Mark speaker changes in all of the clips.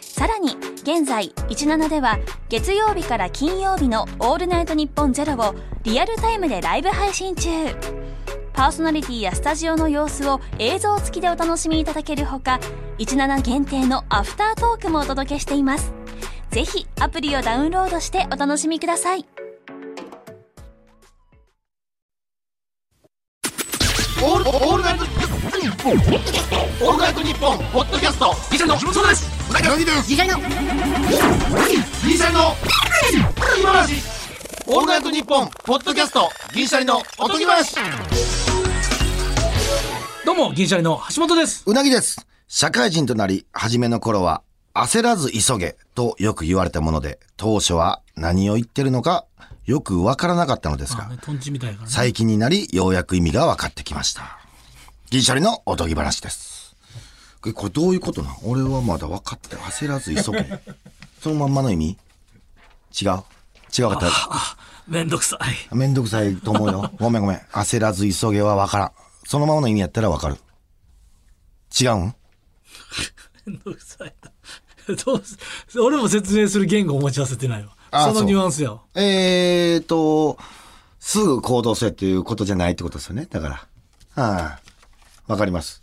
Speaker 1: さらに現在17では月曜日から金曜日の「オールナイトニッポンゼロをリアルタイムでライブ配信中パーソナリティやスタジオの様子を映像付きでお楽しみいただけるほか17限定のアフタートークもお届けしていますぜひアプリをダウンロードしてお楽しみください
Speaker 2: オールオールナイトニッポンオールナイトニッポンポッドキャストギシャリのそうです
Speaker 3: 何です
Speaker 2: ギシャリの今話オールナイトニッポンポッドキャストギシャリのおとぎ話
Speaker 4: どうも、銀シャリの橋本です。
Speaker 3: うなぎです。社会人となり、初めの頃は、焦らず急げとよく言われたもので、当初は何を言ってるのかよくわからなかったのです
Speaker 4: あ
Speaker 3: が、
Speaker 4: トンチみたいからね。
Speaker 3: 最近になり、ようやく意味が分かってきました。銀シャリのおとぎ話です。これこれどういうことなん俺はまだ分かってない焦らず急げ。 そのまんまの意味違う違うかった。
Speaker 4: めんどくさい。
Speaker 3: めんどくさいと思う よ。ごめんごめん。焦らず急げは分からん。そのままの意味やったら分かる。違うん
Speaker 4: めんどくさい。どうす俺も説明する言語を持ち合わせてないわ。
Speaker 3: あ
Speaker 4: その
Speaker 3: そう
Speaker 4: ニュアンスよ。
Speaker 3: えーと、すぐ行動せっていうことじゃないってことですよね。だから。はあ。わかります。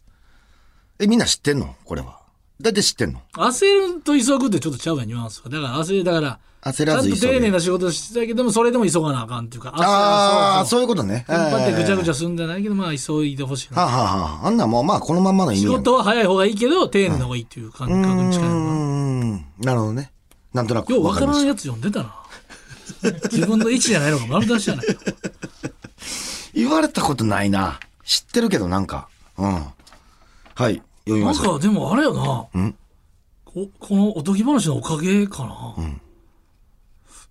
Speaker 3: え、みんな知ってんのこれは。だって知ってんの
Speaker 4: 焦ると急ぐってちょっとちゃうやんニュアンスが。だから焦る、だから、
Speaker 3: 焦らず急げ
Speaker 4: ちゃんと丁寧な仕事してたけども、それでも急がなあかんっていうか、
Speaker 3: ああ、
Speaker 4: 焦
Speaker 3: そう
Speaker 4: る。
Speaker 3: いうことね。
Speaker 4: そうそう。引っ張ってぐちゃぐち
Speaker 3: ゃ。
Speaker 4: ゃするんじゃないけど、まあ急いでほしい
Speaker 3: は
Speaker 4: な。
Speaker 3: あ、はあはあ、あんなんもうまあこのまんまの意味
Speaker 4: 仕
Speaker 3: や
Speaker 4: 事は早い方がいいけど、丁寧な方がいいっていう感覚に近いう
Speaker 3: ー
Speaker 4: のか
Speaker 3: ん。なるほどね。なんとなく。
Speaker 4: よう
Speaker 3: わ
Speaker 4: わ
Speaker 3: か
Speaker 4: か
Speaker 3: り
Speaker 4: ら
Speaker 3: ま
Speaker 4: ん
Speaker 3: し
Speaker 4: やつ読んでたな。自分の位置じゃないのか丸出しじゃないか。
Speaker 3: た言われたことないな。知ってるけどなんか。うん。はい。読み
Speaker 4: な
Speaker 3: ま
Speaker 4: ん
Speaker 3: す。
Speaker 4: かでもあれよな、
Speaker 3: ん
Speaker 4: ここのおとぎ話のおかげかな、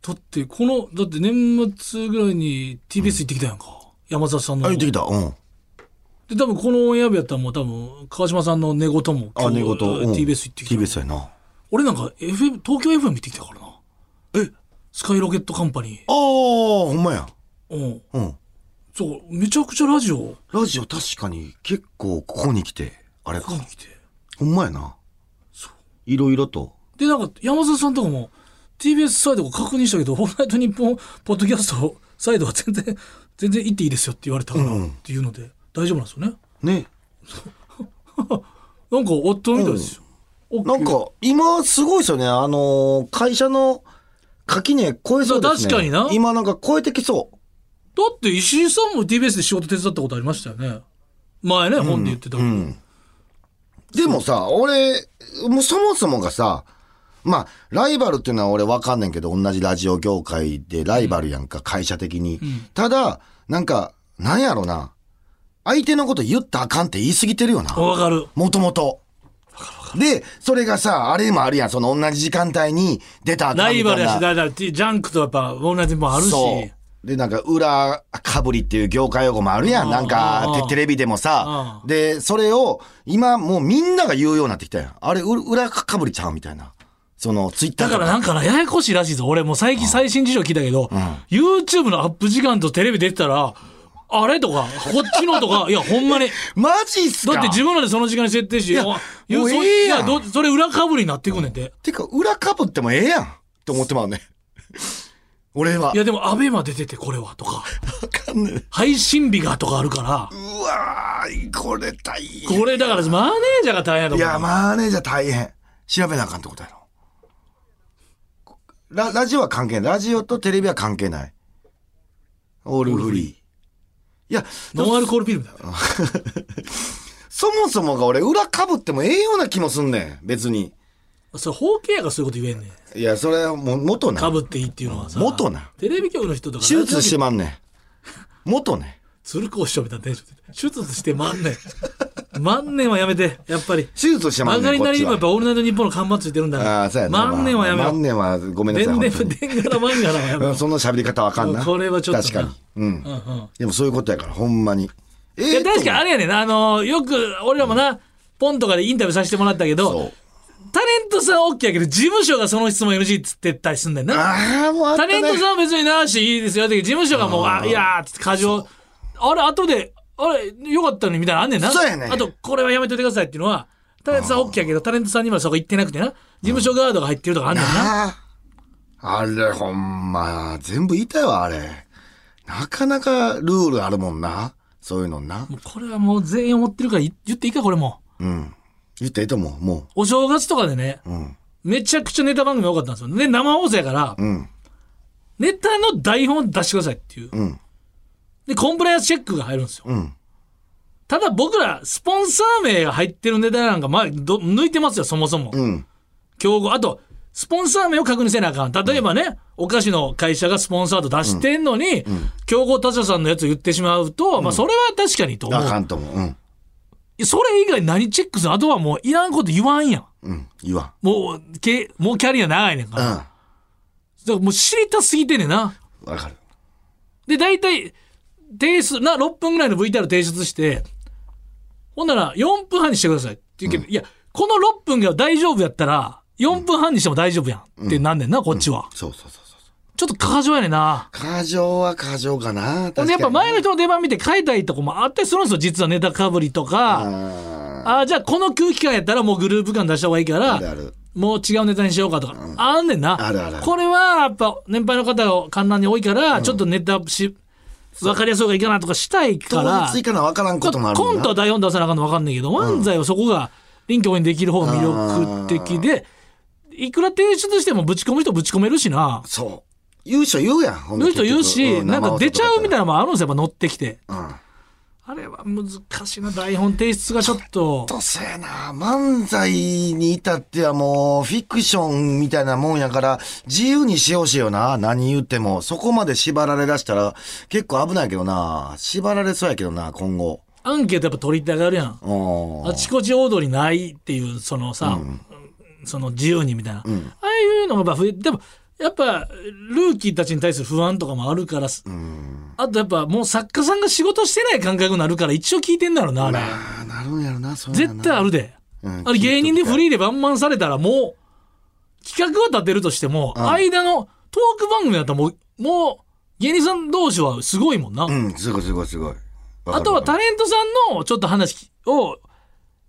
Speaker 4: だってこのだって年末ぐらいに TBS 行ってきたやんか、山里さんの
Speaker 3: あ、言ってきた。うん。
Speaker 4: で多分このオンエア日やったらもう多分川島さんの寝言も
Speaker 3: あ、
Speaker 4: 今日
Speaker 3: 寝言。うん
Speaker 4: TBS 行ってきた
Speaker 3: TBS やな。
Speaker 4: 俺なんか FM 東京 FM 行ってきたからな
Speaker 3: え
Speaker 4: スカイロケットカンパニ
Speaker 3: ああ、ほんまや。
Speaker 4: ーう
Speaker 3: う
Speaker 4: ん
Speaker 3: ん。
Speaker 4: そうめちゃくちゃラジオ
Speaker 3: ラジオ確かに結構ここに来て、あれか
Speaker 4: か。に来て
Speaker 3: ほんまやな。いろいろと。
Speaker 4: でなんか山里さんとかも TBS サイドが確認したけど「オールナイトニッポン」ポッドキャストサイドは全然全然行っていいですよって言われたから
Speaker 3: うん
Speaker 4: っていうので大丈夫なんですよね
Speaker 3: ね。
Speaker 4: なんか夫みたいですよ、OK
Speaker 3: なんか、今すごいですよね。あのー会社の垣根超えそうですね。
Speaker 4: そう確かにな
Speaker 3: 今なんか超えてきそう。
Speaker 4: だって石井さんも TBS で仕事手伝ったことありましたよね前ね本で言ってたけど、
Speaker 3: うん。でもさ、俺、もうそもそもがさ、まあ、ライバルっていうのは俺わかんねんけど、同じラジオ業界でライバルやんか、会社的に。
Speaker 4: ん
Speaker 3: ただ、なんか、なんやろな。相手のこと言ったらあかんって言い過ぎてるよな。
Speaker 4: 分かる
Speaker 3: もともと。で、それがさ、あれもあるやん。その同じ時間帯に出たあかんみた
Speaker 4: ラ
Speaker 3: いな
Speaker 4: イバルやしだからジャンクとやっぱ「オールナイトニッポン」あるし
Speaker 3: そう。で、なんか、裏かぶりっていう業界用語もあるやん。なんか
Speaker 4: あー、
Speaker 3: テテレビでもさ
Speaker 4: あ。ー
Speaker 3: で、それを、今、もうみんなが言うようになってきたやん。あれ、う裏かぶりちゃうみたいな。その、ツイッター
Speaker 4: だからなんかな、ややこしいらしいぞ。俺もう最近最新事情聞いたけど、YouTube のアップ時間とテレビ出てたら、あれとか、こっちのとか、いや、ほんまに。
Speaker 3: マジっす
Speaker 4: だ
Speaker 3: か
Speaker 4: って自分らでその時間に設定して、い
Speaker 3: やもう
Speaker 4: そ
Speaker 3: ええ
Speaker 4: い
Speaker 3: やん
Speaker 4: やどそれ裏かぶりになってくんねんて。
Speaker 3: てか、裏かぶってもええやんって思ってまうね。 俺は。
Speaker 4: いや、でも、アベマ出てて、これは、とか、
Speaker 3: わかんねえ。
Speaker 4: 配信日が、とかあるから、
Speaker 3: うわー、これ大変。
Speaker 4: これ、だから、マネージャーが大変だ
Speaker 3: い
Speaker 4: と
Speaker 3: や、
Speaker 4: 思う。
Speaker 3: マネージャー大変。調べなあかんってことやろ。ララジオは関係ない。ラジオとテレビは関係ない。オールフリー。いや、
Speaker 4: ノンアルコールフィルムだから。
Speaker 3: そもそもが俺裏かぶってもええような気もすんねん。別に。
Speaker 4: それ、法契やがそういうこと言えんねん。
Speaker 3: いや、それはもう元な
Speaker 4: か。ぶっていいっていうのはさ、
Speaker 3: 元な
Speaker 4: テレビ局の人とか、
Speaker 3: 手術してまんねん。元ね。
Speaker 4: 鶴子師匠みたいなテンションで手術してまんねん。万年はやめて、やっぱり。
Speaker 3: 手術してま
Speaker 4: 曲
Speaker 3: んね
Speaker 4: が
Speaker 3: ん
Speaker 4: り
Speaker 3: こ
Speaker 4: な
Speaker 3: っ
Speaker 4: り
Speaker 3: ち
Speaker 4: にもやっぱ
Speaker 3: は。
Speaker 4: オールナイトニッポンの看板ついてるんだから。
Speaker 3: ああ、そうやな。
Speaker 4: 万年はやめ
Speaker 3: ま
Speaker 4: よ
Speaker 3: あ万
Speaker 4: う。
Speaker 3: 年はごめんな
Speaker 4: で
Speaker 3: さい。
Speaker 4: んで
Speaker 3: 本
Speaker 4: ん、
Speaker 3: 当に
Speaker 4: でんがら万がらはやめ
Speaker 3: う
Speaker 4: よ
Speaker 3: ん
Speaker 4: う。
Speaker 3: その喋り方わかんな。
Speaker 4: これはちょっとな
Speaker 3: 確かに。うん。
Speaker 4: うんうん
Speaker 3: でもそういうことやから、ほんまに。えー
Speaker 4: いや確かに
Speaker 3: と
Speaker 4: あれやねんな、あのよく俺らもな、ポンとかでインタビューさせてもらった
Speaker 3: そ
Speaker 4: け
Speaker 3: う
Speaker 4: ど、タレントさんは OK やけど、事務所がその質問 NG っつってたりすんだよな。
Speaker 3: ああ、もうあった
Speaker 4: タレ
Speaker 3: ね
Speaker 4: ントさんは別になしていいですよって、事務所がもう、あ、いやーっつって過剰、あれ、後で、あれ、よかったのにみたいなのあんねんな。
Speaker 3: そうやねん
Speaker 4: あと、これはやめといてくださいっていうのは、タレントさんは OK やけど、タレントさんにはそこ行ってなくてな、事務所ガードが入ってるとかあんねんな。
Speaker 3: あああれ、ほんま、全部言いたいわ、あれ。なかなかルールあるもんな。そういうのな。
Speaker 4: もうこれはもう全員思ってるからい言っていいか、これも
Speaker 3: うん。言っていいと思う、も
Speaker 4: う。お正月とかでね、
Speaker 3: う。うん。
Speaker 4: めちゃくちゃネタ番組多かったんですよ。で、生放送やから、
Speaker 3: うん。
Speaker 4: ネタの台本を出してくださいっていう。
Speaker 3: うん。
Speaker 4: で、コンプライアンスチェックが入るんですよ。
Speaker 3: うん。
Speaker 4: ただ僕ら、スポンサー名が入ってるネタなんか、まあ、ど抜いてますよ、そもそも。
Speaker 3: うん。
Speaker 4: 競合。あと、スポンサー名を確認せなあかん。例えばね、お菓子の会社がスポンサーと出してんのに、競合他社さんのやつを言ってしまうと、まあ、それは確かにと思
Speaker 3: あか
Speaker 4: う。
Speaker 3: んと思う。うん。
Speaker 4: それ以外何チェックするのあとはもう、いらんこと言わんやん。
Speaker 3: うん。言わ
Speaker 4: もう、けもうキャリア長いねんから。
Speaker 3: ん。
Speaker 4: だからもう知りたすぎてんねんな。
Speaker 3: うん。わかる。
Speaker 4: で、大体、提出、な、6分ぐらいの VTR 提出して、ほんなら、4分半にしてくださいって言うけど、いや、この6分が大丈夫やったら、4分半にしても大丈夫やんってなんねんな、こっちは。
Speaker 3: そうそうそうそう。
Speaker 4: ちょっと過剰やねんな。
Speaker 3: 過剰は過剰かな。確か
Speaker 4: ほん
Speaker 3: に
Speaker 4: でやっぱ前の人の出番見て変えたいとこもあったりするんですよ、実はネタかぶりとか。
Speaker 3: あ
Speaker 4: ああ、じゃあこの空気感やったらもうグループ感出した方がいいか
Speaker 3: あるあ
Speaker 4: ら、
Speaker 3: る。
Speaker 4: もう違うネタにしようかとか、あんねんな。
Speaker 3: あるあるある
Speaker 4: これはやっぱ年配の方が観覧に多いから、ちょっとネタし、分かりやすい方がいいかなとかしたい
Speaker 3: 当
Speaker 4: から。
Speaker 3: 日いかな分からんこともあるも
Speaker 4: コ
Speaker 3: ん
Speaker 4: ン
Speaker 3: な
Speaker 4: トは台本出さなあかんの分かんないけど、漫才はそこが臨機応変にできる方が魅力的で、いくら提出してもぶち込む人ぶち込めるしな。
Speaker 3: そう。言う人言うやん。ほん
Speaker 4: 言
Speaker 3: で
Speaker 4: う人言う
Speaker 3: 結
Speaker 4: し、
Speaker 3: 局
Speaker 4: なんか出ちゃうみたい
Speaker 3: い
Speaker 4: なのもあるんですよ、やっぱ乗ってきて。
Speaker 3: な。うん。
Speaker 4: あれは難しいな、台本提出がちょっと。
Speaker 3: とそうやな漫才に至ってはもうフィクションみたいなもんやから自由にしようしような何言ってもそこまで縛られだしたら結構危ないけどな縛られそうやけどな今後
Speaker 4: アンケートやっぱ取りたがるやん。
Speaker 3: うん
Speaker 4: あちこちオードリーないっていう、そのさ、その自由にみたいな。ああいうのがやっぱ増えでも、やっぱ、ルーキーたちに対する不安とかもあるから、あとやっぱもう作家さんが仕事してない感覚になるから一応聞いてんだろうな、あれ。
Speaker 3: ああなるんやろなそうやな
Speaker 4: 絶対あるで。
Speaker 3: うん
Speaker 4: あれ芸人でフ
Speaker 3: ー
Speaker 4: リーでバンバンされたらもう、企画は立てるとしても、間のトーク番組だったらもう、もう、芸人さん同士はすごいもんな。
Speaker 3: うんすごいすごいすごい
Speaker 4: あとは
Speaker 3: た
Speaker 4: タレントさんのちょっと話を、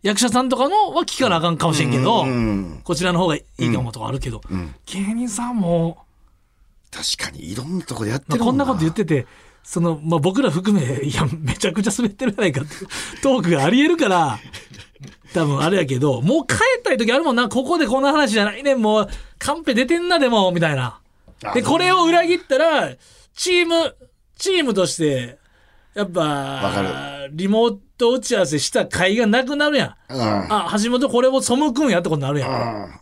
Speaker 4: 役者さんとかのは聞かなあかんかもしれんけど、
Speaker 3: うん
Speaker 4: こちらの方がいいかもとかあるけど、芸人さんも、
Speaker 3: 確かにいろんなとこでやって
Speaker 4: まあ
Speaker 3: る
Speaker 4: こ
Speaker 3: も
Speaker 4: んなこと言ってて、その、まあ、僕ら含め、いや、めちゃくちゃ滑ってるじゃないかっていう トークがありえるから、多分あれやけど、もう帰ったい時あるもんな、ここでこんな話じゃないねん、もう、カンペ出てんな、でも、みたいな。で、これを裏切ったら、チーム、チームとして、やっぱ、リモート打ち合わせした会がなくなるやん。
Speaker 3: うん
Speaker 4: あ、橋本これを背くんやってことになるやん。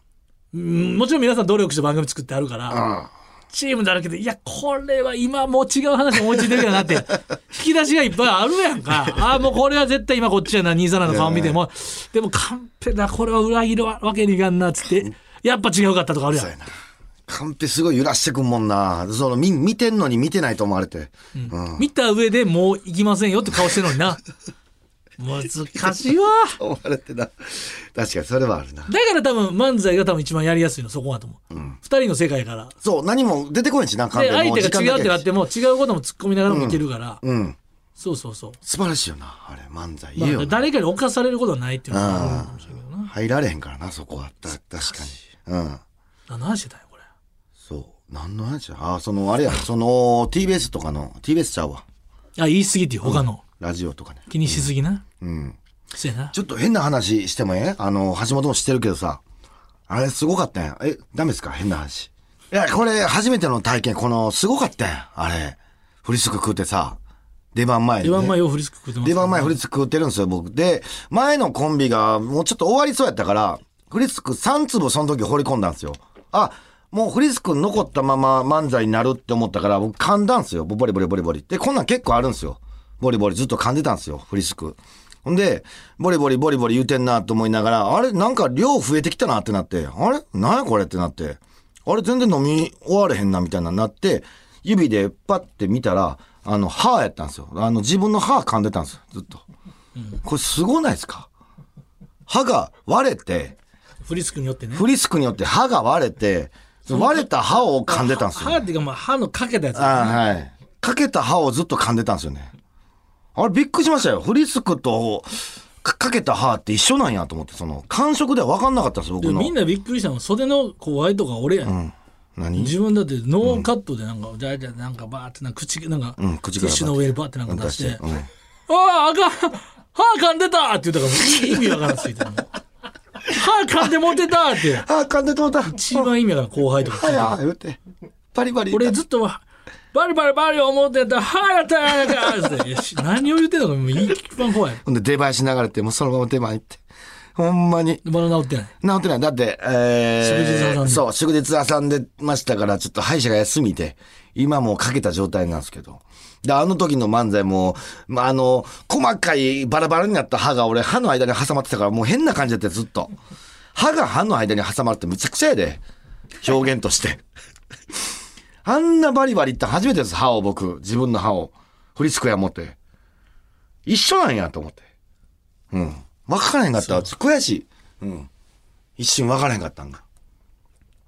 Speaker 4: うんもちろん皆さん努力して番組作ってあるから、
Speaker 3: うん
Speaker 4: チームだらけで、いや、これは今もう違う話思いついてるよなって、 引き出しがいっぱいあるやんか。ああ、もうこれは絶対今こっちやな、27の顔見ても、でもカンペだ、これは裏切るわけにいかんな、つって、やっぱ違うかったとかあるやん。
Speaker 3: カンペすごい揺らしてくんもんなその見見てんのに見てないと思われてうん
Speaker 4: 見た上でもう行きませんよって顔してるのにな。難しいわ。
Speaker 3: 思われてな。確かにそれはあるな。
Speaker 4: だから多分漫才が多分一番やりやすいの、そこだと思う。二、人の世界から。
Speaker 3: そう、何も出てこないしな、カン
Speaker 4: で、
Speaker 3: ペも
Speaker 4: 相手
Speaker 3: 時間
Speaker 4: が違うってな
Speaker 3: だ
Speaker 4: っ
Speaker 3: けやして
Speaker 4: も、違うことも突っ込みながらもいけるから。
Speaker 3: うん。
Speaker 4: そうそうそう。
Speaker 3: 素晴らしいよな、あれ、漫才。
Speaker 4: ま
Speaker 3: いい
Speaker 4: あ、
Speaker 3: よな。
Speaker 4: 誰かに侵されることはないっていうのがあるかもしれないけどな。
Speaker 3: 入られへんからな、そこは。た確かに。うん。
Speaker 4: 何の話してたんやこれ。
Speaker 3: そう。何の話やあ、その、あれや、その、TBS とかの、TBS ちゃうわ。
Speaker 4: あ、言い過ぎてよ他の。
Speaker 3: ラジオとかね。
Speaker 4: 気にしすぎな。
Speaker 3: うん。
Speaker 4: そうやな。
Speaker 3: ちょっと変な話してもええあの、橋本も知ってるけどさ。あれ、すごかったんや。え、ダメですか変な話。いや、これ、初めての体験、この、すごかったんや。あれ。フリスク食ってさ、出番前に、
Speaker 4: 出
Speaker 3: ね。
Speaker 4: 番前をフリスク食ってます。
Speaker 3: 出番前フリスク食ってるんですよ、僕。で、前のコンビがもうちょっと終わりそうやったから、フリスク3粒その時放り込んだんですよ。あ、もうフリスク残ったまま漫才になるって思ったから、僕噛んだんですよ。ボリボリボリボリ。で、こんなん結構あるんですよ。ボリボリずっと噛んでたんですよ、フリスク。ほんで、ボリボリボリボリ言うてんなと思いながら、あれなんか量増えてきたなってなって、あれなんやこれってなって、あれ全然飲み終われへんなみたいななって、指でパッて見たら、あの、歯やったんですよ。あの、自分の歯噛んでたんですよ、ずっと。これすごないですか歯が割れて、
Speaker 4: フリスクによってね。
Speaker 3: フリスクによって歯が割れて、割れた歯を噛んでたんですよ。
Speaker 4: 歯っていうか、まあ、歯のかけたやつ。
Speaker 3: あーはい。かけた歯をずっと噛んでたんですよね。あれびっくりしましたよ。フリスクとかかけた歯って一緒なんやと思って、その感触では分かんなかったんです、
Speaker 4: で
Speaker 3: 僕の
Speaker 4: み。んなびっくりしたの袖の後輩とか俺やねん
Speaker 3: 何
Speaker 4: 自分だってノーカットでなんか、じゃあじゃあなんかバーってなんか口なんか、
Speaker 3: うん口か
Speaker 4: ティッ
Speaker 3: ら
Speaker 4: シュの上でバーってなんか出
Speaker 3: 出
Speaker 4: し
Speaker 3: してて。うん
Speaker 4: 「あああかん歯噛んでた!」って言ったから 意味わからんすぎてもう歯噛んで持ってた!」って
Speaker 3: あー、噛んでとうた。
Speaker 4: 一番意味わからん後輩とか
Speaker 3: はいあー言うて。バリバリ。
Speaker 4: 俺ずっとバリバリバリ思ってた歯やったやないかっていやし何を言ってんのかもう一番怖い
Speaker 3: ほんで出囃子流れて、もうそのまま出前行って。ほんまに。
Speaker 4: まだ治ってない
Speaker 3: 治ってない。だって、え
Speaker 4: 祝日挟ん
Speaker 3: ー、
Speaker 4: で
Speaker 3: そう、祝日挟んでましたから、ちょっと歯医者が休みで、今もうかけた状態なんですけど。で、あの時の漫才も、まあ、あの、細かいバラバラになった歯が俺歯の間に挟まってたから、もう変な感じだったよずっと。歯が歯の間に挟まるってむちゃくちゃやで。表現として。 あんなバリバリって初めてです、歯を僕。自分の歯を。フリスクや思って。一緒なんやと思って。うん。わからへんかった。悔しい。うん。一瞬わからへんかったんだ。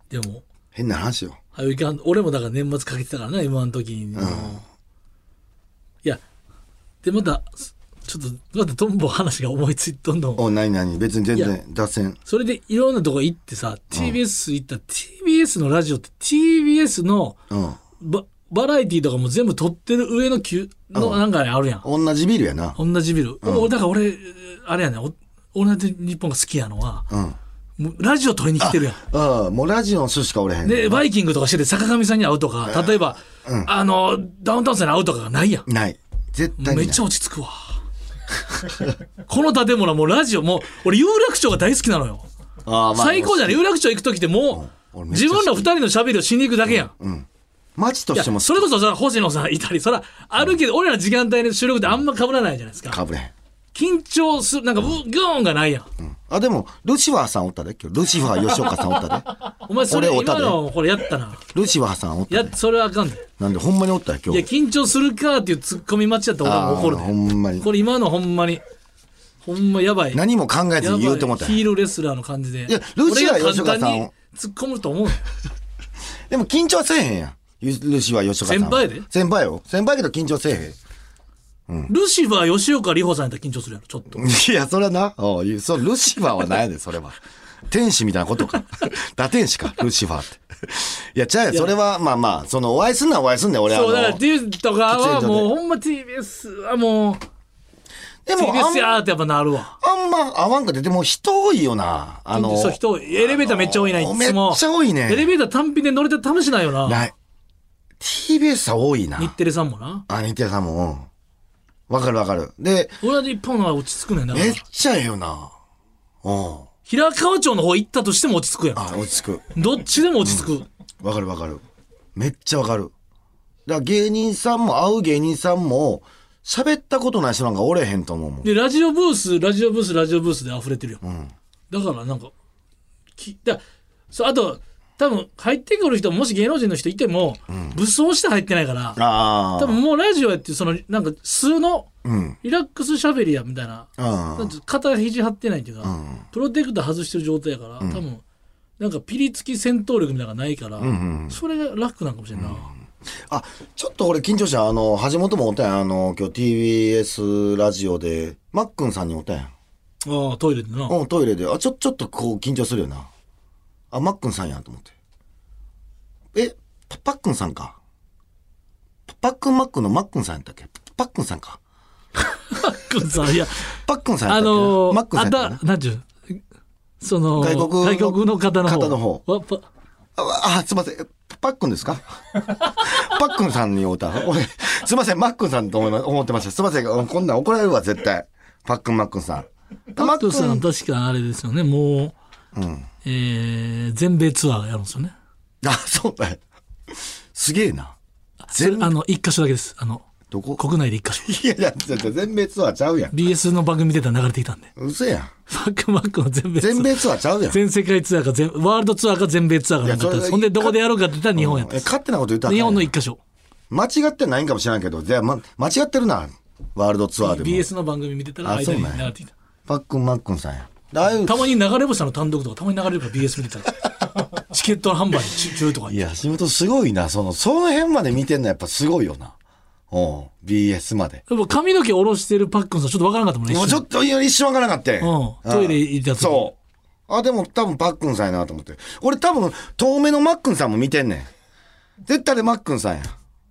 Speaker 4: でも
Speaker 3: 変な話よ。
Speaker 4: あいかん俺もだから年末かけてたからな m 1の時に、いやでまたちょっとまたトンボ話が思いついどんどん
Speaker 3: お、なになに別に全
Speaker 4: いや
Speaker 3: 然脱線。
Speaker 4: それでいろんなとこ行ってさ TBS 行ったら、TBS のラジオって TBS の
Speaker 3: うん。
Speaker 4: ババラエティーとかも全部撮ってる上の級のなんかあるやん、
Speaker 3: 同じビルやな。
Speaker 4: 同じビル、おだから俺あれやねんお同じ日本が好きやのは
Speaker 3: うん。
Speaker 4: もうラジオ撮りに来てるやん
Speaker 3: ああ、もうラジオの人しかおれへん。
Speaker 4: でバイキングとかしてて坂上さんに会うとか例えば、あのダウンタウンさんに会うとかがないやん
Speaker 3: ない。絶対にな
Speaker 4: め
Speaker 3: い。
Speaker 4: っちゃ落ち着くわ この建物はもうラジオもう俺有楽町が大好きなのよ
Speaker 3: ああまあ
Speaker 4: 最高じゃない有楽町行く時っても
Speaker 3: うん
Speaker 4: う
Speaker 3: 俺めっちゃ
Speaker 4: 自
Speaker 3: 好き
Speaker 4: 分ら二人のしゃべりをしに行くだけやん、
Speaker 3: 街と
Speaker 4: い
Speaker 3: し
Speaker 4: や
Speaker 3: ても
Speaker 4: それこそさ星野さんいたりそらあるけど、俺らの時間帯の収録ってあんま被らないじゃないですか
Speaker 3: かぶれへん。
Speaker 4: 緊張するなんかブーグーンがないやん、
Speaker 3: あ、でも、ルシファーさんおったで。今日ルシファー吉岡さんおったで。
Speaker 4: お前それ
Speaker 3: 俺おた
Speaker 4: 今
Speaker 3: で
Speaker 4: のこれやったな
Speaker 3: ルシファーさんおった
Speaker 4: や
Speaker 3: で。
Speaker 4: それはあかんで、
Speaker 3: なんで、ほんまにおったよ、今
Speaker 4: いや
Speaker 3: 日。
Speaker 4: 緊張するかっていうツッコミ待ちだったら俺も怒る
Speaker 3: あー
Speaker 4: で
Speaker 3: ほんまに
Speaker 4: これ今のほんまにほんまやばい
Speaker 3: 何も考えずに言うと思った
Speaker 4: やばいヒールレスラーの感じで。
Speaker 3: いやルシファー吉岡さんを
Speaker 4: 俺が簡単に突っ込むと思う。
Speaker 3: でも緊張せえへんやん。ゆルシファー吉岡さんは。
Speaker 4: 先輩やで
Speaker 3: 先輩よ。先輩やけど緊張せえへん。
Speaker 4: ルシファー吉岡里帆さんやったら緊張するやろ、ちょっと。
Speaker 3: いや、それはな、おうそう、ルシファーは何やねん、それは。天使みたいなこと か。打天使か、ルシファーって。いや、ちゃうやんそれは、まあまあ、その、お会いすんな、お会いすんねん、俺は。
Speaker 4: そう、だから
Speaker 3: あので
Speaker 4: T とかはもうほんま TBS はもう、
Speaker 3: も、あ
Speaker 4: TBS
Speaker 3: ん
Speaker 4: やーってやっぱなるわ。
Speaker 3: あんま会わんかって、でも人多いよな。あの、
Speaker 4: そう人多い、エレベーターめっちゃ多いな、いつも。
Speaker 3: めっちゃ多いね
Speaker 4: エレベーター単品で乗れて試しないよな。
Speaker 3: ない。TBS は多いな
Speaker 4: 日。テレさんもな。
Speaker 3: あ、日テレさんも、うん。わかるわかる。で、
Speaker 4: 俺は一本は落ち着くねんだか
Speaker 3: め
Speaker 4: ら
Speaker 3: っ。ちゃええよな。うん。
Speaker 4: 平川町の方行ったとしても落ち着くやん。
Speaker 3: あ、落ち着く。
Speaker 4: どっちでも落ち着く。
Speaker 3: わかるわかる。めっちゃわかる。だから芸人さんも、会う芸人さんも、喋ったことない人なんかおれへんと思うもん。
Speaker 4: でラジオブースラジオブースラジオブースで溢れてるよ、だからなんかきだそうあと多分入ってくる人もし芸能人の人いても、武装して入ってないから
Speaker 3: ああ。
Speaker 4: 多分もうラジオやってそのなんか数の
Speaker 3: うん。
Speaker 4: リラックスしゃべりやみたいな,、
Speaker 3: あ
Speaker 4: なん
Speaker 3: あ。
Speaker 4: ていう肩肘張ってないっていうか、プロテクター外してる状態やから、多分なんかピリつき戦闘力みたいなのがないから、それが楽なんかもしれんな、
Speaker 3: あ、ちょっと俺緊張した。あの、橋本もおったやん。あの、今日 TBS ラジオで、マックンさんにおったやん。
Speaker 4: ああトイレでな、
Speaker 3: うん、トイレで。あ、ちょ、ちょっとこう緊張するよな。あ、マックンさんやんと思って。え、パパックンさんか。パパックンマックンのマックンさんやったっけパックンさんか。
Speaker 4: くんさんい や
Speaker 3: パックンさんやっ
Speaker 4: あ
Speaker 3: たっけ
Speaker 4: の
Speaker 3: マックンさん
Speaker 4: あ
Speaker 3: やったっけな
Speaker 4: た、なんちゅう、その、
Speaker 3: 外国の
Speaker 4: 外国の方の方。
Speaker 3: 方の方
Speaker 4: わぱ
Speaker 3: あ、あすいません。えパックンです かパックンさんに会うた。俺、すいません。マックンさんと思いま思ってました。すいません。うんこんなん怒られるわ、絶対。パックン、マックンさん。
Speaker 4: パックンさん、
Speaker 3: マッ
Speaker 4: 確かあれですよね、もう、えー全米ツアーやるんですよね。
Speaker 3: クンあ、そうだよ。すげえな。
Speaker 4: それ
Speaker 3: 全
Speaker 4: あの、一箇所だけです。あの、
Speaker 3: どこ
Speaker 4: 国内で一箇所。
Speaker 3: いやいや、ちょっと全米ツアーちゃうやん。
Speaker 4: BS の番組出たら流れてきたんで。
Speaker 3: 嘘やん。
Speaker 4: ファックマックの全米ツアー
Speaker 3: 全米ツアーちゃうやん。
Speaker 4: 全世界ツアーか全、ワールドツアーか全米ツアーかなんかあったんです
Speaker 3: いやそれ
Speaker 4: ほんで、どこでやろうかって言ったら日本やったん
Speaker 3: え
Speaker 4: です。
Speaker 3: 勝手なこと言ったらあかん
Speaker 4: 日
Speaker 3: やん
Speaker 4: 本の一箇所。
Speaker 3: 間違ってないんかもしれんけど、じゃあ、ま、間違ってるな。ワールドツアーでも。
Speaker 4: BS の番組見てたら
Speaker 3: あそ
Speaker 4: 間
Speaker 3: う
Speaker 4: に
Speaker 3: なんや
Speaker 4: 流れてきた。
Speaker 3: パックンマックンさんや。ああいう
Speaker 4: たまに流れ星さんの単独とかたまに流れるから BS 見てた ら。チケット販売中とか
Speaker 3: い。や、橋本すごいな。その、その辺まで見てんのやっぱすごいよな。うん。BS まで。
Speaker 4: でも髪の毛下ろしてるパックンさんちょっとわからなかったもんね。
Speaker 3: もう
Speaker 4: 一
Speaker 3: ち
Speaker 4: 瞬
Speaker 3: ょっと一瞬わからなかった。
Speaker 4: うんトイレ行った時
Speaker 3: そう。あ、でも多分パックンさんやなと思って。俺多分、遠目のマックンさんも見てんねん。絶対でマックンさんや。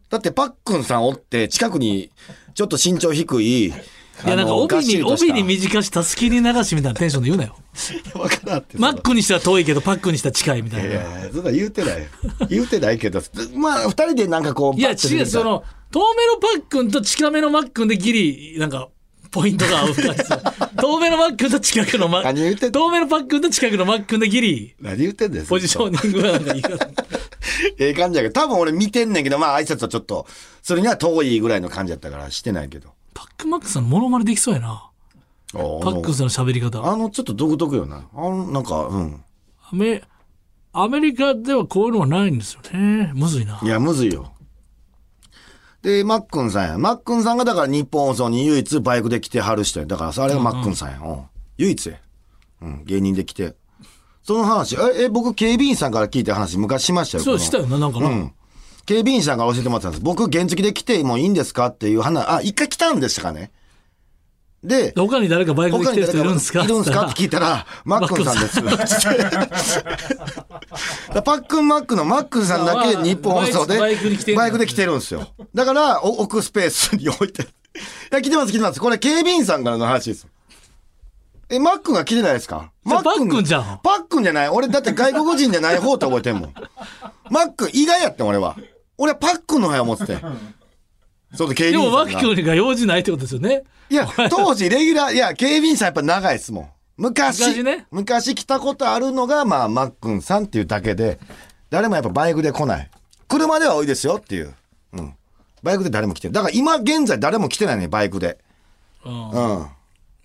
Speaker 3: だってパックンさんおって、近くに、ちょっと身長低い。い
Speaker 4: いや、なんか帯に、帯に
Speaker 3: 見
Speaker 4: 短したすきに流しみたいなテンションで言うなよ。
Speaker 3: わからんって。
Speaker 4: マックにしたら遠いけど、パックにしたら近いみたい
Speaker 3: い
Speaker 4: な。
Speaker 3: やいや、そんな言うてないよ。言うてないけど、まあ、二人でなんかこう、
Speaker 4: いや、
Speaker 3: バッて出
Speaker 4: 違う、
Speaker 3: てきた
Speaker 4: そ、の、遠目のパックンと近めのマックンでギリ、なんか、ポイントが合う 感じですよ遠目のマックンと近くのマッ
Speaker 3: 何言ってん
Speaker 4: ク
Speaker 3: の
Speaker 4: ン。遠目のパックンと近くのマックンでギリ、
Speaker 3: 何言ってんです
Speaker 4: ポジショニングがなんかいいか
Speaker 3: ええ感じやけど、多分俺見てんねんけど、まあ挨拶はちょっと、それには遠いぐらいの感じやったからしてないけど。
Speaker 4: パックンマックさんのモノマネできそうやな。
Speaker 3: あの
Speaker 4: パックンさんの喋り方。
Speaker 3: あの、ちょっと独特よな。あの、なんか、うん。。
Speaker 4: アメ、アメリカではこういうのはないんですよね。むずいない
Speaker 3: や、むずいよ。で、マックンさんや。マックンさんがだから日本放送に唯一バイクで来てはる人や。だからさ、あれがマックンさんや。うん、唯一や。うん、芸人で来て。その話、え、え、僕警備員さんから聞いた話昔しましたよ。
Speaker 4: そ
Speaker 3: こ
Speaker 4: う
Speaker 3: の
Speaker 4: したよな、なんかな。
Speaker 3: うん。警備員さんから教えてもらったんです。僕、原付で来てもいいんですかっていう話、あ、一回来たんでしたかね。で、
Speaker 4: 他に誰かバイクで来てる人いるんですか
Speaker 3: いるんですかって聞いたら、マックンさんです。 パックンマックのマックンさんだけ日本放送で
Speaker 4: バイクに来てる
Speaker 3: バイクで来てるんですよ。だから、お置くスペースに置いて。いや、来てます、来てます。これ警備員さんからの話です。え、マックンが来てないですか
Speaker 4: じゃあ
Speaker 3: ン
Speaker 4: パックンじゃん
Speaker 3: パックンじゃない。俺だって外国人じゃない方って覚えてんもん。マックン、意外やってん、俺は。俺はパックンの方や思ってて。そうで、警
Speaker 4: で
Speaker 3: 備員
Speaker 4: も、
Speaker 3: さ
Speaker 4: マ
Speaker 3: んが。
Speaker 4: ックンが用事ないってことですよね。
Speaker 3: いや、当時、レギュラー、いや、警備員さんやっぱ長いですもん。昔、
Speaker 4: 昔ね
Speaker 3: 昔来たことあるのが、まあ、マックンさんっていうだけで、誰もやっぱバイクで来ない。車では多いですよっていう。うん。バイクで誰も来てる。だから今現在誰も来てないね、バイクで。
Speaker 4: うん
Speaker 3: うん。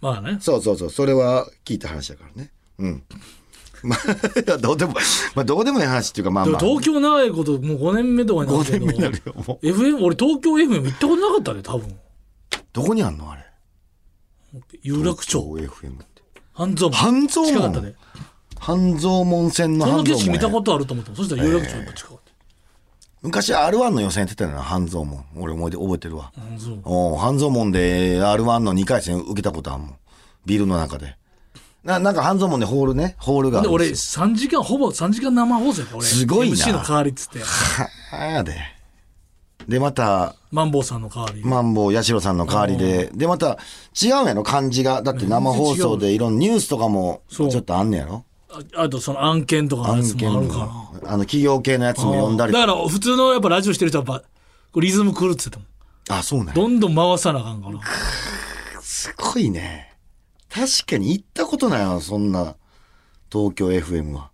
Speaker 4: まあね。
Speaker 3: そうそうそう。それは聞いた話だからね。うん。 まあ、いやどうでも、まあ、どうでもいい話っていうか、まあ
Speaker 4: でも
Speaker 3: まあ。
Speaker 4: 東京長いこともう5年目とかになるけ
Speaker 3: 5
Speaker 4: ど
Speaker 3: 年目になるよも
Speaker 4: FM 俺東京 FM 行ったことなかったね多分
Speaker 3: どこにあんのあれ。
Speaker 4: 有楽町
Speaker 3: FM って。
Speaker 4: 半蔵門
Speaker 3: 半蔵門
Speaker 4: 近かったね
Speaker 3: 半蔵門線の
Speaker 4: この
Speaker 3: 半
Speaker 4: 景
Speaker 3: 蔵
Speaker 4: 色
Speaker 3: 門
Speaker 4: 見
Speaker 3: や
Speaker 4: たことあると思ったもんそしたら有楽町やっぱ近かっ
Speaker 3: 昔 R1 の予選やってたよな、半蔵門。俺思い出覚えてるわ。
Speaker 4: た半蔵門
Speaker 3: おう半蔵門で R1 の2回戦受けたことあるもん。ビルの中で。な、なんか半蔵門でホールね、ホールがあ
Speaker 4: で
Speaker 3: るん
Speaker 4: 俺
Speaker 3: ですよ。
Speaker 4: 3時間ほぼ3時間生放送やから俺
Speaker 3: すごいな
Speaker 4: MC の代わりっつって
Speaker 3: はやで。で、また、
Speaker 4: マンボウさんの代わり
Speaker 3: マンボウ、ヤシロさんの代わりで。で、また、違うんやろ、感じが。だって生放送でいろんなニュースとかも、ち
Speaker 4: そ
Speaker 3: ょ
Speaker 4: う
Speaker 3: っとあんねやろ
Speaker 4: ああとその案件とかの
Speaker 3: 案
Speaker 4: やつ
Speaker 3: 件
Speaker 4: もある
Speaker 3: と
Speaker 4: か
Speaker 3: か
Speaker 4: な
Speaker 3: あの、企業系のやつも呼んだり
Speaker 4: だ。から普通のやっぱラジオしてる人はやっぱこうリズム狂ってたもん
Speaker 3: あ、そうね。
Speaker 4: どんどん回さなあかんから
Speaker 3: すごいね。確かに行ったことないわ、そんな、東京 FM は。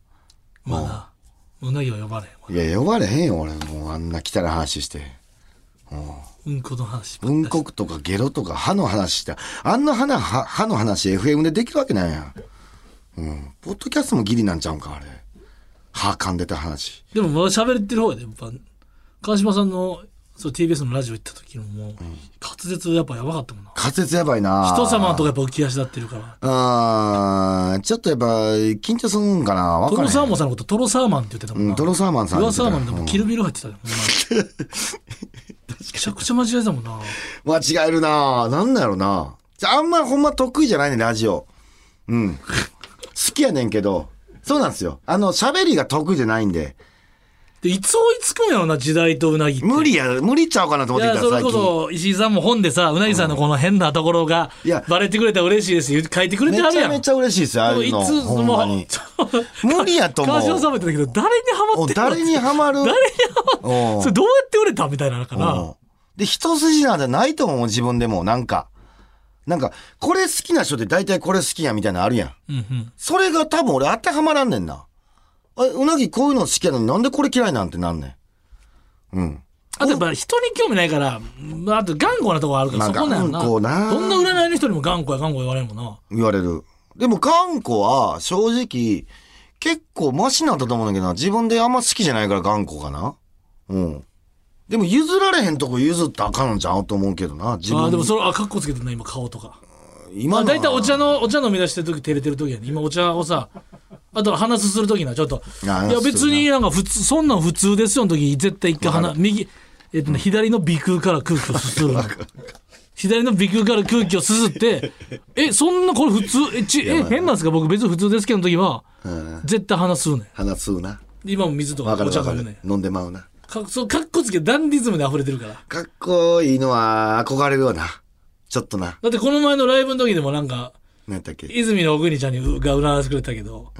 Speaker 4: まだうなぎは呼ばれへんわ
Speaker 3: いや、呼ばれへんよ、俺。もうあんな汚い話して。
Speaker 4: うんこの話ばっかり
Speaker 3: うんこくとかゲロとか歯の話して、あんな歯な歯歯の話 FM でできるわけないやん。うん。ポッドキャストもギリなんちゃうんか、あれ。歯噛んでた話。
Speaker 4: でもまだ喋ってる方やで、やっぱ、川島さんの、そう、TBS のラジオ行った時のもう、滑舌やっぱやばかったもんな。
Speaker 3: 滑舌やばいな
Speaker 4: 人様とかやっぱ浮き足立ってるから。
Speaker 3: あーちょっとやっぱ、緊張するんかなわ
Speaker 4: ト
Speaker 3: か
Speaker 4: ロ
Speaker 3: ら
Speaker 4: サー
Speaker 3: へ
Speaker 4: モンさんのことトロサーマンって言ってたもん
Speaker 3: ん。う
Speaker 4: な。
Speaker 3: ん、トロサーマンさん言
Speaker 4: ト
Speaker 3: っ
Speaker 4: ロ
Speaker 3: てた。
Speaker 4: サーマンで
Speaker 3: う
Speaker 4: も
Speaker 3: ん
Speaker 4: キルビル入ってたで、ほんまにめちゃくちゃ間違えてたもんな。
Speaker 3: 間違えるななんだろうなじゃああんまほんま得意じゃないね、ラジオ。うん。好きやねんけど、そうなんですよ。あの、喋りが得意じゃないんで、
Speaker 4: で、いつ追いつくんやろな、時代とうなぎって。
Speaker 3: 無理や、無理ちゃうかなと
Speaker 4: い
Speaker 3: 思って
Speaker 4: や、
Speaker 3: きた、
Speaker 4: それ
Speaker 3: 最
Speaker 4: こ
Speaker 3: 近。
Speaker 4: そ、石井さんも本でさ、うなぎさんのこの変なところが
Speaker 3: いや、
Speaker 4: バレてくれたら嬉しいですよ。書いてくれて
Speaker 3: め
Speaker 4: はる
Speaker 3: ち
Speaker 4: や
Speaker 3: ゃ
Speaker 4: ん。
Speaker 3: めちゃ嬉しいですよ、ああ
Speaker 4: でも
Speaker 3: いう
Speaker 4: い
Speaker 3: の。
Speaker 4: つ、
Speaker 3: ほんまに。
Speaker 4: もう
Speaker 3: 無理やと思う
Speaker 4: 川島さんも言ってたけど、誰にハマ
Speaker 3: お
Speaker 4: ってんの
Speaker 3: 誰にハマる
Speaker 4: 誰にハマ
Speaker 3: お
Speaker 4: っ
Speaker 3: う
Speaker 4: それどうやって売れたみたいなのか
Speaker 3: う。
Speaker 4: なん
Speaker 3: で、一筋縄じゃないと思う、自分でも、なんか。なんか、これ好きな人って大体これ好きやみたいなのあるやん。
Speaker 4: うんうん。
Speaker 3: それが多分俺当てはまらんねんな。え、うなぎこういうの好きやのになんでこれ嫌いなんてなんねん。うん。
Speaker 4: あとやっぱ人に興味ないから、うんあと頑固なとこあるから、
Speaker 3: まあ
Speaker 4: そこなんやろな。
Speaker 3: 頑固な
Speaker 4: どんな占いの人にも頑固や頑固言われるもんな。
Speaker 3: 言われる。でも、頑固は、正直、結構マシなんだと思うんだけどな。自分であんま好きじゃないから頑固かな。うん。でも、譲られへんとこ譲ったらあかんのちゃうと思うけどな。自分
Speaker 4: ああ、でもそれ、あ、カッコつけてんな、今顔とか。ま
Speaker 3: 今
Speaker 4: あ、
Speaker 3: のは
Speaker 4: 大体お茶の、お茶飲み出してる時、照れてる時やね。今お茶をさ、あと話すする時な、ちょっと。い
Speaker 3: あ
Speaker 4: や、別になんか普通、そんなん普通ですよの時、絶対一回鼻、右、えっとね、左の鼻腔から空気をすするの。左の鼻腔から空気をすすって、え、そんなこれ普通、え、ち、え、変なんですか僕別に普通ですけどの時は、絶対話するねん。
Speaker 3: 鼻吸うな。
Speaker 4: 今も水とか
Speaker 3: わか
Speaker 4: お
Speaker 3: る
Speaker 4: 茶
Speaker 3: わか
Speaker 4: 飲む
Speaker 3: る
Speaker 4: ね。
Speaker 3: 飲んでまうな。
Speaker 4: ん。かそう、カッコつけてダンディズムで溢れてるから。
Speaker 3: かっこいいのは憧れるわな。ちょっとな。
Speaker 4: だってこの前のライブの時でもなんか、
Speaker 3: 何やったっけ
Speaker 4: 泉の奥にちゃんにうが占わせてくれたけど、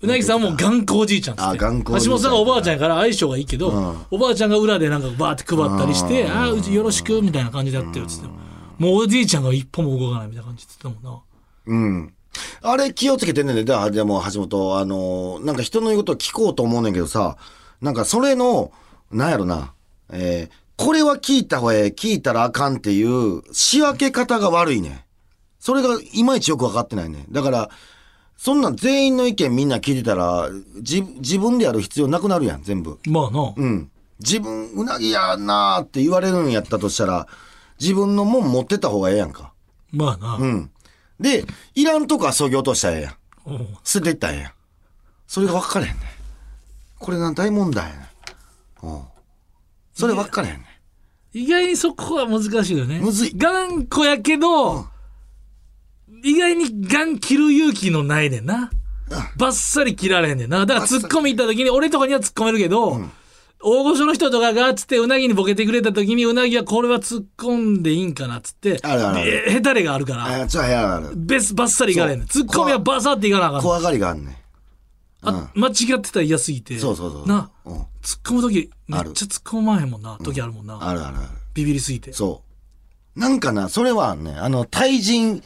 Speaker 4: うなぎさんはもう頑固おじいちゃんっつって
Speaker 3: あ頑固おじいち
Speaker 4: 橋
Speaker 3: ゃん
Speaker 4: 本さんがおばあちゃんやから相性がいいけど、おばあちゃんが裏でなんかバーって配ったりして「ああうちよろしく」みたいな感じでやってるっつってもうおじいちゃんが一歩も動かないみたいな感じって言ってたもんな
Speaker 3: うん。あれ気をつけてんねんね。だから、でも橋本、あのーなんか人の言うことを聞こうと思うねんけどさ、なんかそれの、なんやろな、えーこれは聞いた方がええ、聞いたらあかんっていう仕分け方が悪いねん。それがいまいちよくわかってないねん。だから、そんなん全員の意見みんな聞いてたら、じ、自分でやる必要なくなるやん、全部。
Speaker 4: まあな、
Speaker 3: うん。自分、うなぎやなーって言われるんやったとしたら、自分のもん持ってた方がええやんか。
Speaker 4: まあな、
Speaker 3: うん。で、いらんとこは削ぎ落としたらええやん。
Speaker 4: うん
Speaker 3: 捨てていったらええやん。それが分からへんねん。これな、大問題やねん。うん。それ分からへんねん。
Speaker 4: 意外にそこは難しいよね
Speaker 3: むずい
Speaker 4: 頑固やけど、意外にガン切る勇気のないねんな、バッサリ切られへんねんなだからツッコミ行った時に俺とかには突っ込めるけど、大御所の人とかがつってうなぎにボケてくれた時にうなぎはこれは突っ込んでいいんかなっつって
Speaker 3: あるあるある
Speaker 4: でへたれがあるから
Speaker 3: あ、ちょ、部屋ある。
Speaker 4: ベスバッサリいかれへんねんツッコミはバサっていかなあかんねん
Speaker 3: 怖がりがあんねん。
Speaker 4: あ間違ってたら嫌すぎて
Speaker 3: そうそうそう。
Speaker 4: な
Speaker 3: うん。
Speaker 4: 突っ込む時めっ
Speaker 3: あ
Speaker 4: ちゃ
Speaker 3: る
Speaker 4: 突っ込まへんもんな時あるもんな、
Speaker 3: あるあるある。
Speaker 4: ビビりすぎて
Speaker 3: そう。なんかな、それはあんねん。あの、対人、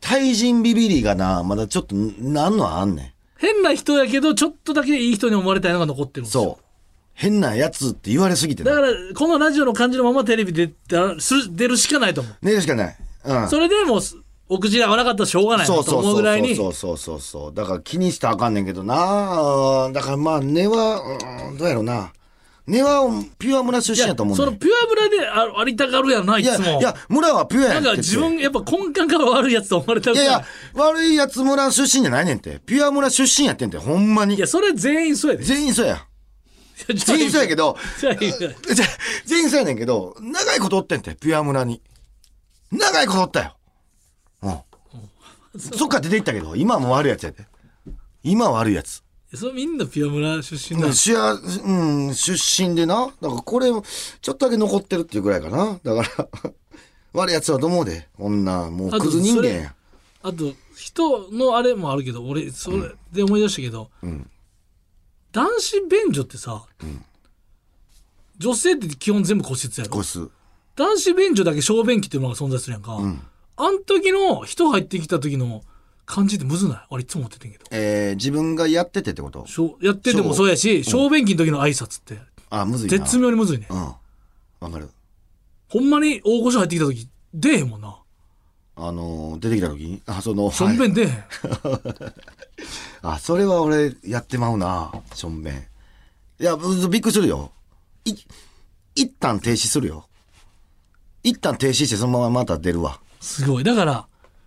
Speaker 3: 対人ビビりがな、まだちょっと、なんのはあんねん。
Speaker 4: 変な人やけどちょっとだけいい人に思われたいのが残ってるんですよ
Speaker 3: そう。変なやつって言われすぎて
Speaker 4: だ
Speaker 3: な。
Speaker 4: からこのラジオの感じのままテレビ出たす出るしかないと思う
Speaker 3: 寝るしかない。うん。
Speaker 4: それでもうすお口が合わなかったらしょうがない
Speaker 3: そ
Speaker 4: な
Speaker 3: う
Speaker 4: と
Speaker 3: そう
Speaker 4: 思うぐらいに
Speaker 3: そうそうそうそうそうだから気にしたらあかんねんけどなうんだからまあ根はうんどうやろうな根はピュア村出
Speaker 4: い
Speaker 3: 身
Speaker 4: や
Speaker 3: やと思う
Speaker 4: そ
Speaker 3: ね
Speaker 4: の
Speaker 3: ん
Speaker 4: ピュアブラであありたがるやんない
Speaker 3: い
Speaker 4: つ
Speaker 3: や
Speaker 4: も
Speaker 3: いや村はピュアやん
Speaker 4: なん
Speaker 3: って
Speaker 4: か
Speaker 3: って
Speaker 4: 自分やっぱ根幹から悪いやつと思われたく
Speaker 3: い
Speaker 4: な
Speaker 3: や
Speaker 4: い
Speaker 3: いや悪いやつ村出身じゃないねんてピュア村出身やってんてほんまに
Speaker 4: いやそれ全員そうやで
Speaker 3: 全員そうや全
Speaker 4: 全
Speaker 3: 員そうやけど
Speaker 4: じ ゃあいいじゃん
Speaker 3: じゃ全員そうやねんけど長いことおってんてピュア村に長いことおったようんそっから出ていったけど今はもう悪いやつやで今は悪いやつ
Speaker 4: それみんなピュア村出身だ、
Speaker 3: うん主やうん、出身でな。だからこれ、ちょっとだけ残ってるっていうぐらいかな。だから、 悪いやつはどう思うで。女、もうクズ人間や。
Speaker 4: あと人のあれもあるけど俺それで思い出したけど、男子便所ってさ、女性って基本全部個室やろ
Speaker 3: こす。
Speaker 4: 男子便所だけ小便器っていうものが存在するやんか、あん時の人入ってきた時の感じってむずない俺いつも思っててんけど
Speaker 3: えー、自分がやっててってこと
Speaker 4: しょやっててもそうやし小便器の時の挨拶って
Speaker 3: あ、むずいな。
Speaker 4: 絶妙にむずいね、
Speaker 3: うん。わかる。
Speaker 4: ほんまに大御所入ってきた時出えへんもんな
Speaker 3: あのー、出てきた時に、あ、その、
Speaker 4: しょん
Speaker 3: はい
Speaker 4: べん出えへん、
Speaker 3: あ、それは俺、やってまうな。しょんべん。いや、ぶびっくりするよ。い、一旦停止するよ。一旦停止して、そのまままた出るわ。
Speaker 4: すごいだから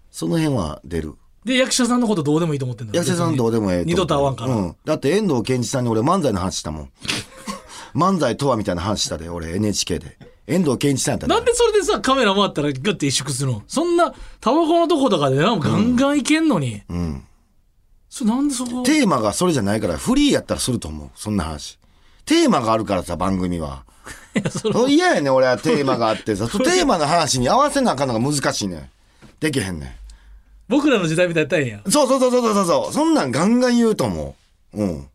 Speaker 3: その辺は出る。
Speaker 4: で役者さんのことどうでもいいと思ってんだ
Speaker 3: 役者さんどうでもええと
Speaker 4: 二度と会わんから、
Speaker 3: うん、だって遠藤憲一さんに俺漫才の話したもん 漫才とはみたいな話したで俺 NHK で遠藤憲一さんやったで
Speaker 4: なんでそれでさカメラ回ったらグッて萎縮するのそんなタバコのとことかでなガンガンいけんのに、それなんでそこ
Speaker 3: テーマがそれじゃないからフリーやったらすると思うそんな話テーマがあるからさ番組 はそう嫌やねん俺はテーマがあってさそうテーマの話に合わせなあかんのが難しいねんできへんね
Speaker 4: 僕らの時代みたいだったんや
Speaker 3: んそうそうそうそうそうそうそんなんガンガン言うと思ううん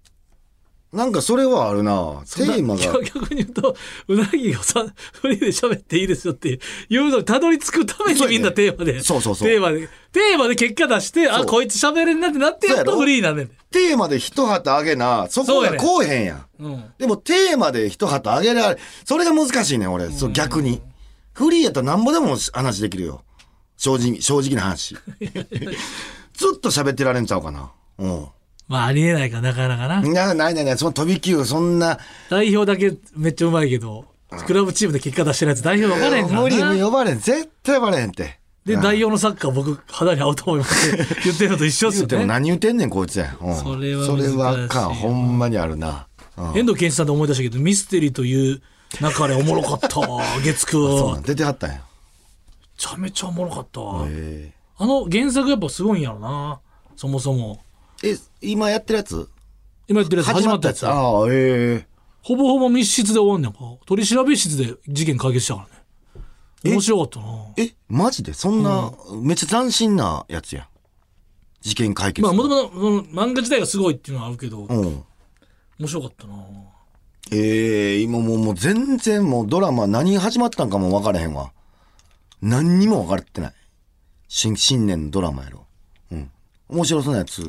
Speaker 3: なんかそれはあるなテー マが
Speaker 4: 逆逆に言うとうなぎをさフリーで喋っていいですよっていうのにたどり着くために
Speaker 3: そうやね
Speaker 4: みんなテーマで
Speaker 3: そうそうそう
Speaker 4: テーマでテーマで結果出してあ
Speaker 3: そう
Speaker 4: こいつ喋れんなってなってやっ
Speaker 3: そうや
Speaker 4: と
Speaker 3: ろ
Speaker 4: フリーなんねん
Speaker 3: テーマで一旗あげなそこがこうへんやん
Speaker 4: うん
Speaker 3: でもテーマで一旗あげられそれが難しいねん俺そう逆にフリーやったらなんぼでも話できるよ正直正直な 話ずっと喋ってられんちゃうかなうん
Speaker 4: まあありえないかなかなかな、
Speaker 3: なないないないその飛び級そんな
Speaker 4: 代表だけめっちゃうまいけどクラブチームで結果出してるやつ代表分かれへんからな
Speaker 3: 無理無理呼ばれん絶対呼ばれへんって
Speaker 4: で代表のサッカー僕肌に合うと思い ますって言ってるのと一緒っす
Speaker 3: 言うて
Speaker 4: よ
Speaker 3: も
Speaker 4: ね
Speaker 3: 何言うてんねんこいつや、うん、
Speaker 4: それは
Speaker 3: そ
Speaker 4: 難しい
Speaker 3: れ
Speaker 4: よ
Speaker 3: はあかんほんまにあるな、うん
Speaker 4: 遠藤健一さんで思い出したけどミステリーという中でおもろ かったわ月9
Speaker 3: そう
Speaker 4: め
Speaker 3: なん出てはったんや
Speaker 4: ちゃめちゃおもろかったわ
Speaker 3: え
Speaker 4: あの原作やっぱすごいんやろなそもそも
Speaker 3: え今やってるやつ
Speaker 4: 今やってるやつ始まったやつ
Speaker 3: ああえ
Speaker 4: ほぼほぼ密室で終わんねんか取り調べ室で事件解決したからね面白かったな
Speaker 3: ええマジでそんな、めっちゃ斬新なやつやん事件解決
Speaker 4: まあもともとその漫画自体がすごいっていうのはあるけど
Speaker 3: うん
Speaker 4: 面白かったな
Speaker 3: ええ今もうもう全然もうドラマ何始まったんかも分からへんわ何にも分かってない新新年のドラマやろうん面白そうなやつ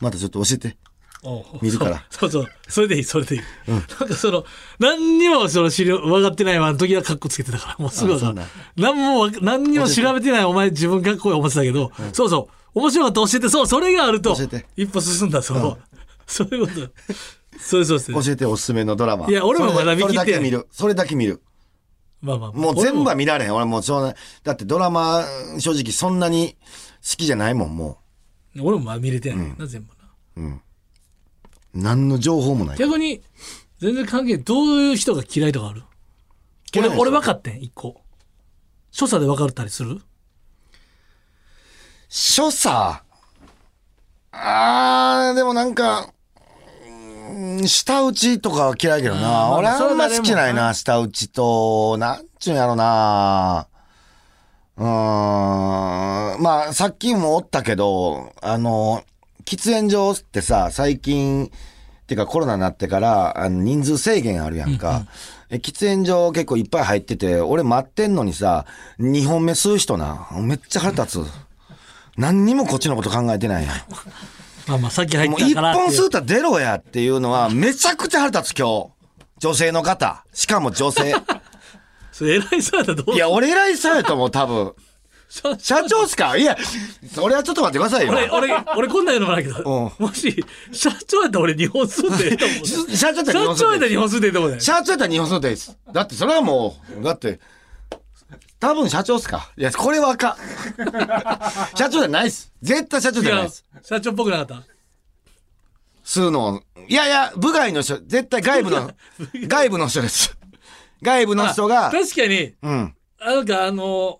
Speaker 3: またちょっと教えて
Speaker 4: おう
Speaker 3: 見るから
Speaker 4: そうそうそうそれでいいそれでいい、なんかその何にもその知り分かってないわの時はカッコつけてたからもうすぐ分か
Speaker 3: あ
Speaker 4: る何もわか何にも調べてないお前自分かっこいい思ってたけど、そうそう面白かった教えてそうそれがあると
Speaker 3: 教えて
Speaker 4: 一歩進んだその、そういうことそうですそうです
Speaker 3: 教えておすすめのドラマ
Speaker 4: いや俺もまだ見切っ
Speaker 3: それ
Speaker 4: て
Speaker 3: だけ見るそれだけ見る
Speaker 4: まあまあ
Speaker 3: もう全部は
Speaker 4: 俺も
Speaker 3: 見られへん俺もうしょうがないだってドラマ正直そんなに好きじゃないもんも
Speaker 4: 俺もまあ見れてないな、全部な
Speaker 3: う何の情報もない
Speaker 4: 逆に全然関係ないどういう人が嫌いとかある俺俺分かってん一個所作で分かったりする
Speaker 3: 所作。あー、でもなんか、うーん舌打ちとかは嫌いやけど
Speaker 4: あーま
Speaker 3: な。
Speaker 4: あ
Speaker 3: 俺あんま好きじゃない
Speaker 4: それは誰も
Speaker 3: な、舌打ちと、なんちゅうんやろな。うーん、まあ、さっきもおったけど、あの、喫煙所ってさ、最近、てかコロナになってから、あの人数制限あるやんか。え喫煙所結構いっぱい入ってて、俺待ってんのにさ、2本目吸う人な。めっちゃ腹立つ。何にもこっちのこと考えてないやん。
Speaker 4: まあまあさっき入っ
Speaker 3: もう
Speaker 4: た
Speaker 3: 一
Speaker 4: から
Speaker 3: 本
Speaker 4: っていう
Speaker 3: 吸うたら出ろやっていうのは、めちゃくちゃ腹立つ、今日。女性の方。しかも女 性。
Speaker 4: それ偉いそうやったらどう
Speaker 3: いや、俺偉いそうやと思う、多分。
Speaker 4: 社
Speaker 3: 社長っすかいや、それはちょっと待ってくださいよ。
Speaker 4: 俺、俺、俺こんなん言うのもないけど、もし、社長やったら俺日本住ん でると思う。
Speaker 3: し社長やった
Speaker 4: 社
Speaker 3: ら日本
Speaker 4: 長や
Speaker 3: 住
Speaker 4: っ
Speaker 3: んで
Speaker 4: たら日本住んでると思うね。
Speaker 3: 社長やったら日本相でです。だって、それはもう、だって、多分社長っすかいや、これはあかん。 社長じゃないっす。絶対社長じゃない
Speaker 4: 違
Speaker 3: っ
Speaker 4: う
Speaker 3: す。
Speaker 4: 社長っぽくなかった。
Speaker 3: 吸うの、いやいや、部外の人、絶対外部の、外部の人です。外部の人
Speaker 4: あ
Speaker 3: が、
Speaker 4: 確かに、
Speaker 3: うん、
Speaker 4: なんかあの、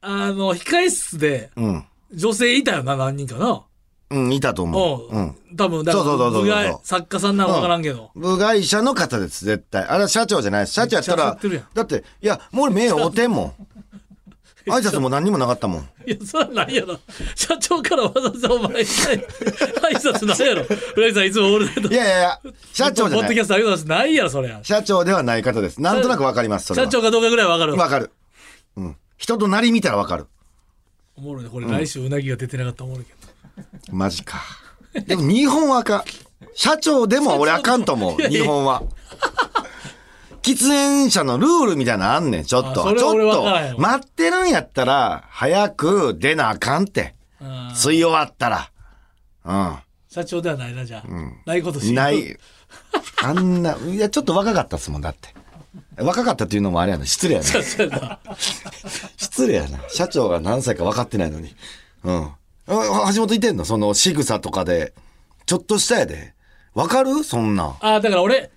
Speaker 4: あの、控室で
Speaker 3: うん、
Speaker 4: 女性いたよな、何人かな。
Speaker 3: うん、いたと思う。う。
Speaker 4: うんん。多分、だから、
Speaker 3: そうそうそうそうそう
Speaker 4: 部外作家さんなのかわからんけど。
Speaker 3: 部外者の方です、絶対。あれは社長じゃないです。社長やった
Speaker 4: めっちゃ
Speaker 3: ら
Speaker 4: 吸ってるやん、
Speaker 3: だって、いや、もう俺名誉おてんもん。挨拶も何にもなかったもん。
Speaker 4: いや、そらないやろ。社長からわざわざお前に挨拶ない やろ。浦井さんいつもオールナイト。
Speaker 3: いやいやいや、社長じ
Speaker 4: ポ
Speaker 3: ゃ
Speaker 4: ッ
Speaker 3: な
Speaker 4: ドキャ
Speaker 3: い。
Speaker 4: ストありがとうございます。ないやろ、そりゃ。
Speaker 3: 社長ではない方です。なんとなくわかります、それ
Speaker 4: 社
Speaker 3: は。
Speaker 4: 長かどうかぐらいわかる。
Speaker 3: わかる。うん。人となり見たらわかる。
Speaker 4: おもろいねこれ来週うなぎが出てなかったらおもろいけど、
Speaker 3: マジか。でも日本はあかん。社長でも俺あかんと思う。
Speaker 4: やいや
Speaker 3: 日本は。喫煙者のルールみたいなのあんねん、ちょっ
Speaker 4: あそ
Speaker 3: と。
Speaker 4: れ
Speaker 3: ちょ
Speaker 4: 俺わからん
Speaker 3: っ
Speaker 4: よ
Speaker 3: と。待ってるんやったら、早く出なあかんって。
Speaker 4: あー
Speaker 3: 吸い終わったら。う
Speaker 4: 社長ではないなじゃあ、ないことし
Speaker 3: ん。ない。あんな、いや、ちょっと若かったっすもん、だって。若かったっていうのもあれやな。失礼やな。
Speaker 4: そうやな
Speaker 3: 失礼やな。社長が何歳か分かってないのに。うん。あ橋本いてんのその仕草とかで。ちょっとしたやで。分かるそんなん。
Speaker 4: あーだから俺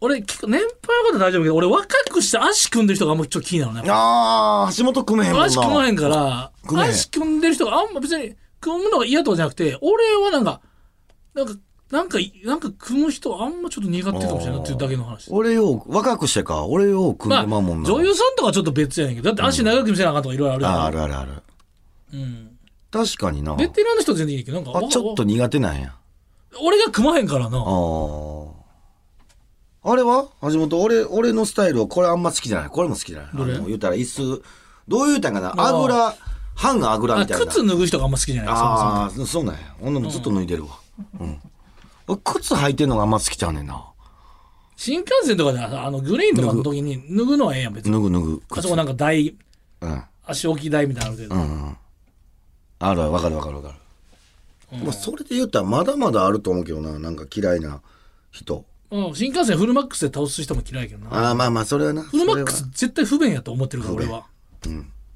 Speaker 4: 俺結構年配の方は大丈夫だけど俺若くして足組んでる人があんまちょっと気になるね
Speaker 3: あー、橋本組めへんもんな。
Speaker 4: 足組まへんから
Speaker 3: 組めへん
Speaker 4: 足組んでる人があんま別に組むのが嫌とかじゃなくて俺はなんかなんかなんかなんか組む人あんまちょっと苦手かもしれないっていうだけの話
Speaker 3: 俺よう、若くしてか。俺よう組ん
Speaker 4: まあ
Speaker 3: でまうもんな。
Speaker 4: 女優さんとかちょっと別やねんけどだって足長く見せなあかんとかいろいろあるやん
Speaker 3: あーあるあるある。
Speaker 4: うん
Speaker 3: 確かにな。
Speaker 4: ベテランの人全然いいねんけどなんか
Speaker 3: あ、ちょっと苦手なんや。
Speaker 4: 俺が組まへんからな。
Speaker 3: ああ。あれは橋本、俺、俺のスタイルはこれあんま好きじゃない。これも好きじゃない。あ
Speaker 4: どれ
Speaker 3: の言ったら椅子、どう言うたんかな。
Speaker 4: あ
Speaker 3: あ
Speaker 4: ー
Speaker 3: ぐら、半あぐら
Speaker 4: あ
Speaker 3: みたいな。
Speaker 4: 靴脱ぐ人があんま好きじゃないそもそも
Speaker 3: ああー、そうなんや。女もずっと脱いでるわ。うん。俺靴履いてんのがあんま好きちゃうねんな。
Speaker 4: 新幹線とかであのグリーンとかの時に脱ぐのはええやん別
Speaker 3: 脱
Speaker 4: に
Speaker 3: ぐ脱ぐ。
Speaker 4: あ
Speaker 3: 靴
Speaker 4: そこなんか台
Speaker 3: うん。
Speaker 4: 足置き台みたいなのあるけど、
Speaker 3: あるわかるわかるわかる。まあ、それで言ったらまだまだあると思うけどな。なんか嫌いな人。
Speaker 4: うん新幹線フルマックスで倒す人も嫌いやけどな
Speaker 3: ああ、まあまあ、それはな。
Speaker 4: フルマック
Speaker 3: そ
Speaker 4: ス
Speaker 3: れは
Speaker 4: 絶対不便やと思ってるから俺は、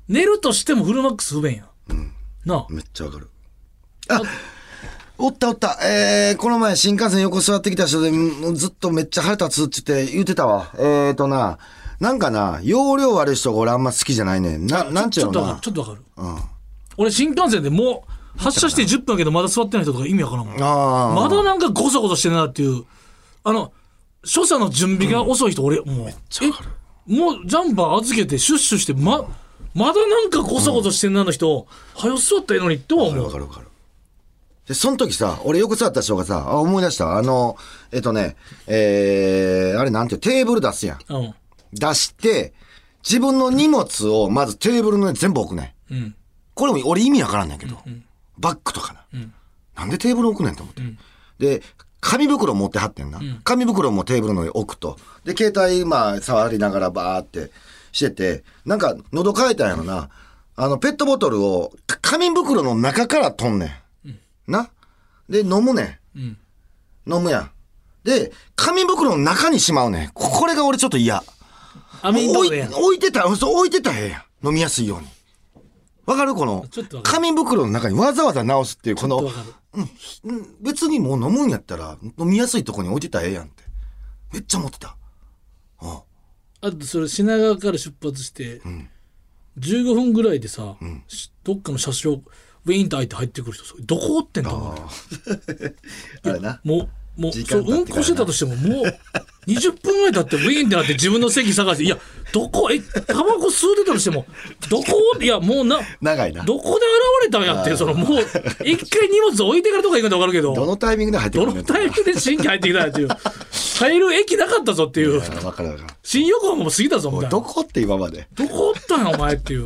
Speaker 4: 寝るとしてもフルマックス不便や、なあ
Speaker 3: めっちゃわかる。あおったおった。えー、この前新幹線横座ってきた人で、んずっとめっちゃ腹立つって言って言ってたわ。えーとな、なんかな、容量悪い人が俺あんま好きじゃないねん。な、なんちゅ
Speaker 4: ち
Speaker 3: う
Speaker 4: ょっと
Speaker 3: の
Speaker 4: わかる
Speaker 3: な
Speaker 4: ち。ょっとわかる、俺新幹線でもう発車して10分やけどまだ座ってない人とか意味わからんもん
Speaker 3: あー
Speaker 4: まだなんかごそごそしてんなっていうあの所作の準備が遅い人、俺もうえもうジャンパー預けてシュッシュしてままだなんかごそごそしてんなの人、早座ったらいいのにっては思
Speaker 3: わ
Speaker 4: う
Speaker 3: かるわかる。で、その時さ、俺横座った人がさ、あ、思い出した。あの、えっとね、えー、あれなんていう、テーブル出すやん。
Speaker 4: うん
Speaker 3: 出して、自分の荷物をまずテーブルの上に全部置くねん。
Speaker 4: うん
Speaker 3: これも俺意味わからんねんけど、バッグとかな、なんでテーブル置くねんと思って、で紙袋持ってはってんな、紙袋もテーブルの上に置くとで携帯まあ触りながらバーってしててなんか喉乾いたんやろな、あのペットボトルをか紙袋の中から取んねん、なで飲むねん、
Speaker 4: ん
Speaker 3: 飲むやんで紙袋の中にしまうねんここれが俺ちょっと嫌
Speaker 4: アメンド
Speaker 3: 置い
Speaker 4: でやん
Speaker 3: 置いてたら、そう置いてたらええやん。飲みやすいように。わかるこの
Speaker 4: ちょっとわ、かる
Speaker 3: 紙袋の中にわざわざ直すっていう、こ
Speaker 4: ちょっと
Speaker 3: の
Speaker 4: わ、かる
Speaker 3: うん別にもう飲むんやったら、飲みやすいとこに置いてたらええやんって。めっちゃ思ってた。
Speaker 4: あとそれ品川から出発して、15分ぐらいでさ、しどっかの車掌ウィーンと開いて入ってくる人そうどこおってんと思うね
Speaker 3: あれな。
Speaker 4: もう、もう、
Speaker 3: 時
Speaker 4: そう
Speaker 3: 間経
Speaker 4: う
Speaker 3: っ
Speaker 4: ん
Speaker 3: てからな
Speaker 4: こしてたとしても、もう、20分ぐらい経って、ウィーンってなって、自分の席探して、いや、どこ、え、タバコ吸うてたとしても、どこ、いや、もうな、
Speaker 3: 長いな。ど
Speaker 4: どこで現れたんやっていう、その、もう、一回荷物置いてからとか行くんで分かるけど、ど
Speaker 3: のタイミングで入ってくるん
Speaker 4: のタイミングで新規入ってきたんやっていう、入る駅なかったぞっていう、
Speaker 3: グわかるわかる。
Speaker 4: 新横浜も過ぎたぞ、み
Speaker 3: お
Speaker 4: た
Speaker 3: い
Speaker 4: いな
Speaker 3: ど。こって今まで。
Speaker 4: どこおったんや、お前っていう。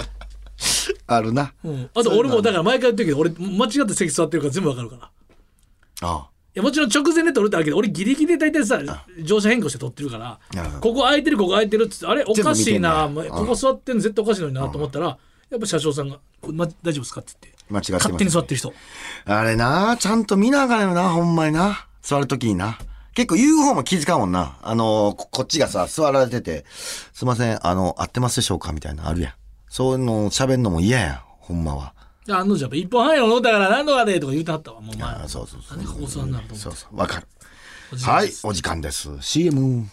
Speaker 3: あるな。
Speaker 4: うん、あと、俺も、だから毎回言ってるけど、俺、間違って席座ってるから全部分かるから。
Speaker 3: あ
Speaker 4: いやもちろん直前で撮るってあるけど俺ギリギリで大体さ乗車変更して撮ってるから
Speaker 3: なるほど
Speaker 4: ここ空いてるここ空いてるっつってあれおかしいな、
Speaker 3: 全部見てんね
Speaker 4: ここ座ってんの絶対おかしいのになと思ったら、やっぱ車掌さんがこれ、ま「大丈夫ですか?」って言って
Speaker 3: 間違ってます
Speaker 4: 勝手に座ってる人
Speaker 3: あ。あれな、ちゃんと見ながらよな、ほんまにな。座るときにな。結構言う方も気遣うもんな。あのこ、こっちがさ、座られてて、すいません、あの、合ってますでしょうかみたいなのあるやん。そういうの喋るのも嫌やん、ほんまは。
Speaker 4: であのじゃん一本半やろだから何とかで」とか言うてはったわもう前
Speaker 3: あそうそうそう。
Speaker 4: なんでここ座んなのと思って
Speaker 3: そうそう、わかる。
Speaker 4: おじいちゃん
Speaker 3: はい
Speaker 4: です、
Speaker 3: お時間です。CM。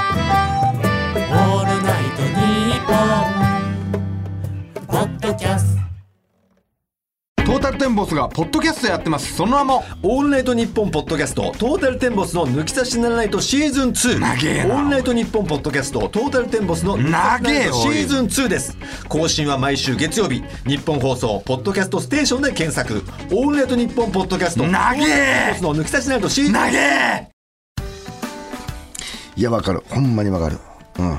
Speaker 5: オールナイトニッポン」ポッドキャスト
Speaker 2: トータルテンボスがポッドキャストやってますその名も
Speaker 6: オールナイトニッポンポッドキャストトータルテンボスの抜き差しならないとシーズン2
Speaker 2: 長えな
Speaker 6: オールナイトニッポンポッドキャストトータルテンボスの抜き差しならないとシーズン2です更新は毎週月曜日日本放送ポッドキャストステーションで検索オールナイトニッポンポッドキャスト
Speaker 2: 長え
Speaker 6: オールナイトニッポンポッドキャストの抜き差しならないとシーズン
Speaker 2: 投げ
Speaker 3: いや、わかる。ほんまにわかる。うん。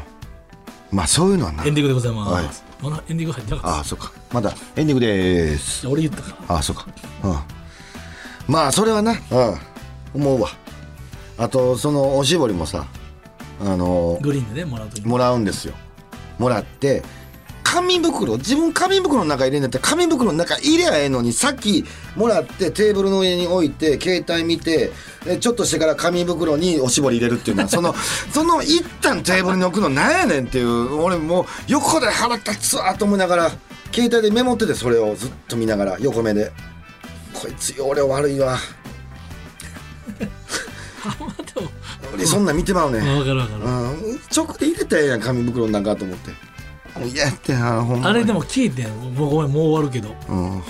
Speaker 3: まあ、そういうのはな
Speaker 4: エ。ンディングでございます、
Speaker 3: はい
Speaker 4: まだエンディング入ってなかった
Speaker 3: ああ、そうか。まだ、エンディングでーす。
Speaker 4: いや俺言ったから
Speaker 3: ああそうかうんまあそれはな、うん、思うわあとそのおしぼりもさあの
Speaker 4: グリーンでねもらうときに
Speaker 3: もらうんですよもらって紙袋自分紙袋の中入れんだったら紙袋の中入れゃええのにさっきもらってテーブルの上に置いて携帯見てえちょっとしてから紙袋におしぼり入れるっていうのはその その一旦テーブルに置くのなんやねんっていう俺もう横で腹立つわと思いながら携帯でメモっててそれをずっと見ながら横目でこいつ容量悪いわ俺そんなん見てまうねん
Speaker 4: 分かる分かる、
Speaker 3: うん、直で入れたらええやん紙袋の中と思ってもう嫌やってなほんま
Speaker 4: あれで
Speaker 3: も、
Speaker 4: も聞いてんもうごめんもう終わるけど
Speaker 3: うん、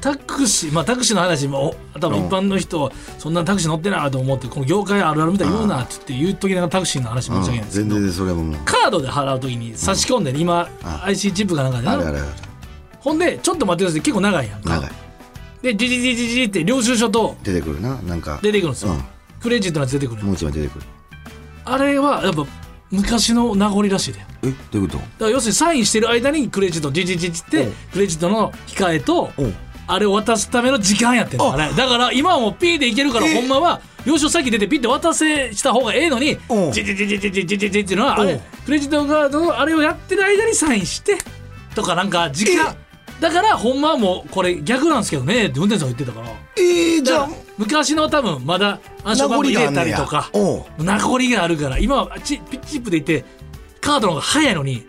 Speaker 4: タクシー、まあ、タクシーの話もお多分一般の人はそんなタクシー乗ってないと思ってこの業界あるあるみたいに言うなって言って言っときながらタクシーの話申し訳ないんですけ
Speaker 3: 全
Speaker 4: ど、
Speaker 3: 然それももう
Speaker 4: カードで払う時に差し込んで、ね今 IC チップかなんかで
Speaker 3: あ
Speaker 4: な
Speaker 3: れあれあれ
Speaker 4: ほんでちょっと待ってください結構長いやんか
Speaker 3: 長い
Speaker 4: でジジジジジって領収書と
Speaker 3: 出てくるななんか
Speaker 4: 出てくるんですよ、
Speaker 3: うん
Speaker 4: クレジットのやつ出てくる
Speaker 3: もう一枚出てくる
Speaker 4: あれはやっぱ昔の名残らしいでだよ
Speaker 3: えどういうこ
Speaker 4: だから要するにサインしてる間にクレジットジジジジってクレジットの控えと
Speaker 3: うん
Speaker 4: あれを渡すための時間やってんのあれだから今はもうピーでいけるからほんまは領収書先出てピッて渡せした方がええのに
Speaker 3: うん
Speaker 4: ジジジジジジジジジっていうのはあ
Speaker 3: う
Speaker 4: れ
Speaker 3: ん
Speaker 4: クレジットカードのあれをやってる間にサインしてとかなんか時間だからほんまはもうこれ逆なんですけどねって運転手さんが言ってたから。
Speaker 3: とえー、
Speaker 4: だから昔の多分まだ暗証番号入れたりとか
Speaker 3: 名残があんね
Speaker 4: 名残があるから今はチピッチップでいてカードの方が早いのに、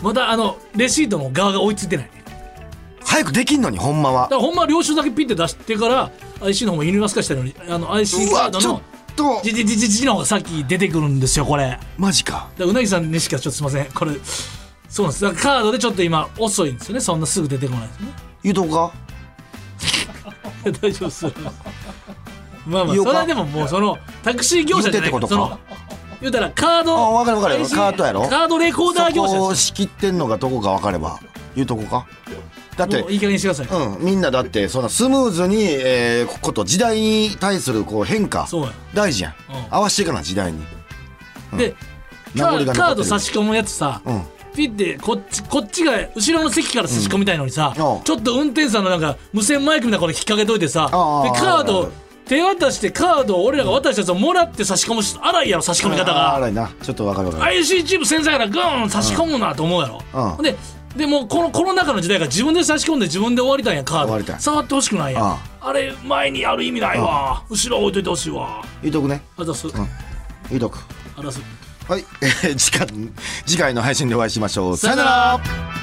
Speaker 4: まだあのレシートの側が追いついてないだか
Speaker 3: 早くできんのにほんまは
Speaker 4: らほんまは領収だけピッて出してから IC の方もユニバース化したのにあの IC
Speaker 3: う
Speaker 4: カー
Speaker 3: わ
Speaker 4: ド
Speaker 3: ちょ
Speaker 4: の
Speaker 3: っと
Speaker 4: じじじじじの方がさっき出てくるんですよこれだか
Speaker 3: マジから
Speaker 4: うなぎさんにしかちょっとすいませんこれそうなんですだからカードでちょっと今遅いんですよねそんなすぐ出てこないですよね
Speaker 3: 言うとこか
Speaker 4: 大丈夫ですまあまあ
Speaker 3: いいよ
Speaker 4: そ
Speaker 3: か
Speaker 4: れはでももうそのタクシー業者じゃない
Speaker 3: 言うてってこと
Speaker 4: そ
Speaker 3: か
Speaker 4: の言うたらカード
Speaker 3: あわかるわかる
Speaker 4: IC
Speaker 3: カードやろ
Speaker 4: カードレコーダー業
Speaker 3: そこ
Speaker 4: 者
Speaker 3: を
Speaker 4: です
Speaker 3: 仕切ってんのがどこか分かれば言うとこかだって
Speaker 4: もういい加減にしてください
Speaker 3: うん、みんなだってそんなスムーズに、えーこと時代に対するこう変化
Speaker 4: そうや
Speaker 3: 大事やん、
Speaker 4: うん
Speaker 3: 合わせていかな時代に
Speaker 4: で
Speaker 3: 名残が
Speaker 4: カ
Speaker 3: 残って
Speaker 4: ー
Speaker 3: る
Speaker 4: カード差し込むやつさ、
Speaker 3: うん
Speaker 4: ピッてこっちこっちが後ろの席から差し込みたいのにさ、
Speaker 3: うん
Speaker 4: ちょっと運転手さんのなんか無線マイクみたいなこれ引っ掛けといてさ
Speaker 3: ああ
Speaker 4: でカー
Speaker 3: あ
Speaker 4: ド手渡してカードを俺らが渡したやつをもらって差し込むし荒いやろ差し込み方
Speaker 3: あー
Speaker 4: が
Speaker 3: 荒いなちょっと分かる分かる
Speaker 4: IC チーム繊細やからグーン差し込むなと思うやろ、
Speaker 3: うん
Speaker 4: ほんででもうこのコロナ禍の時代が自分で差し込んで自分で終わりたいやんカ
Speaker 3: 終わ
Speaker 4: ー
Speaker 3: りた
Speaker 4: ド
Speaker 3: い
Speaker 4: 触ってほしくないやん
Speaker 3: うん
Speaker 4: あれ前にある意味ないわ後ろ置いといてほしいわ
Speaker 3: 言うとくね
Speaker 4: あざす、
Speaker 3: 言うとく
Speaker 4: あざす
Speaker 3: はい、えー、次回次回の配信でお会いしましょうさよなら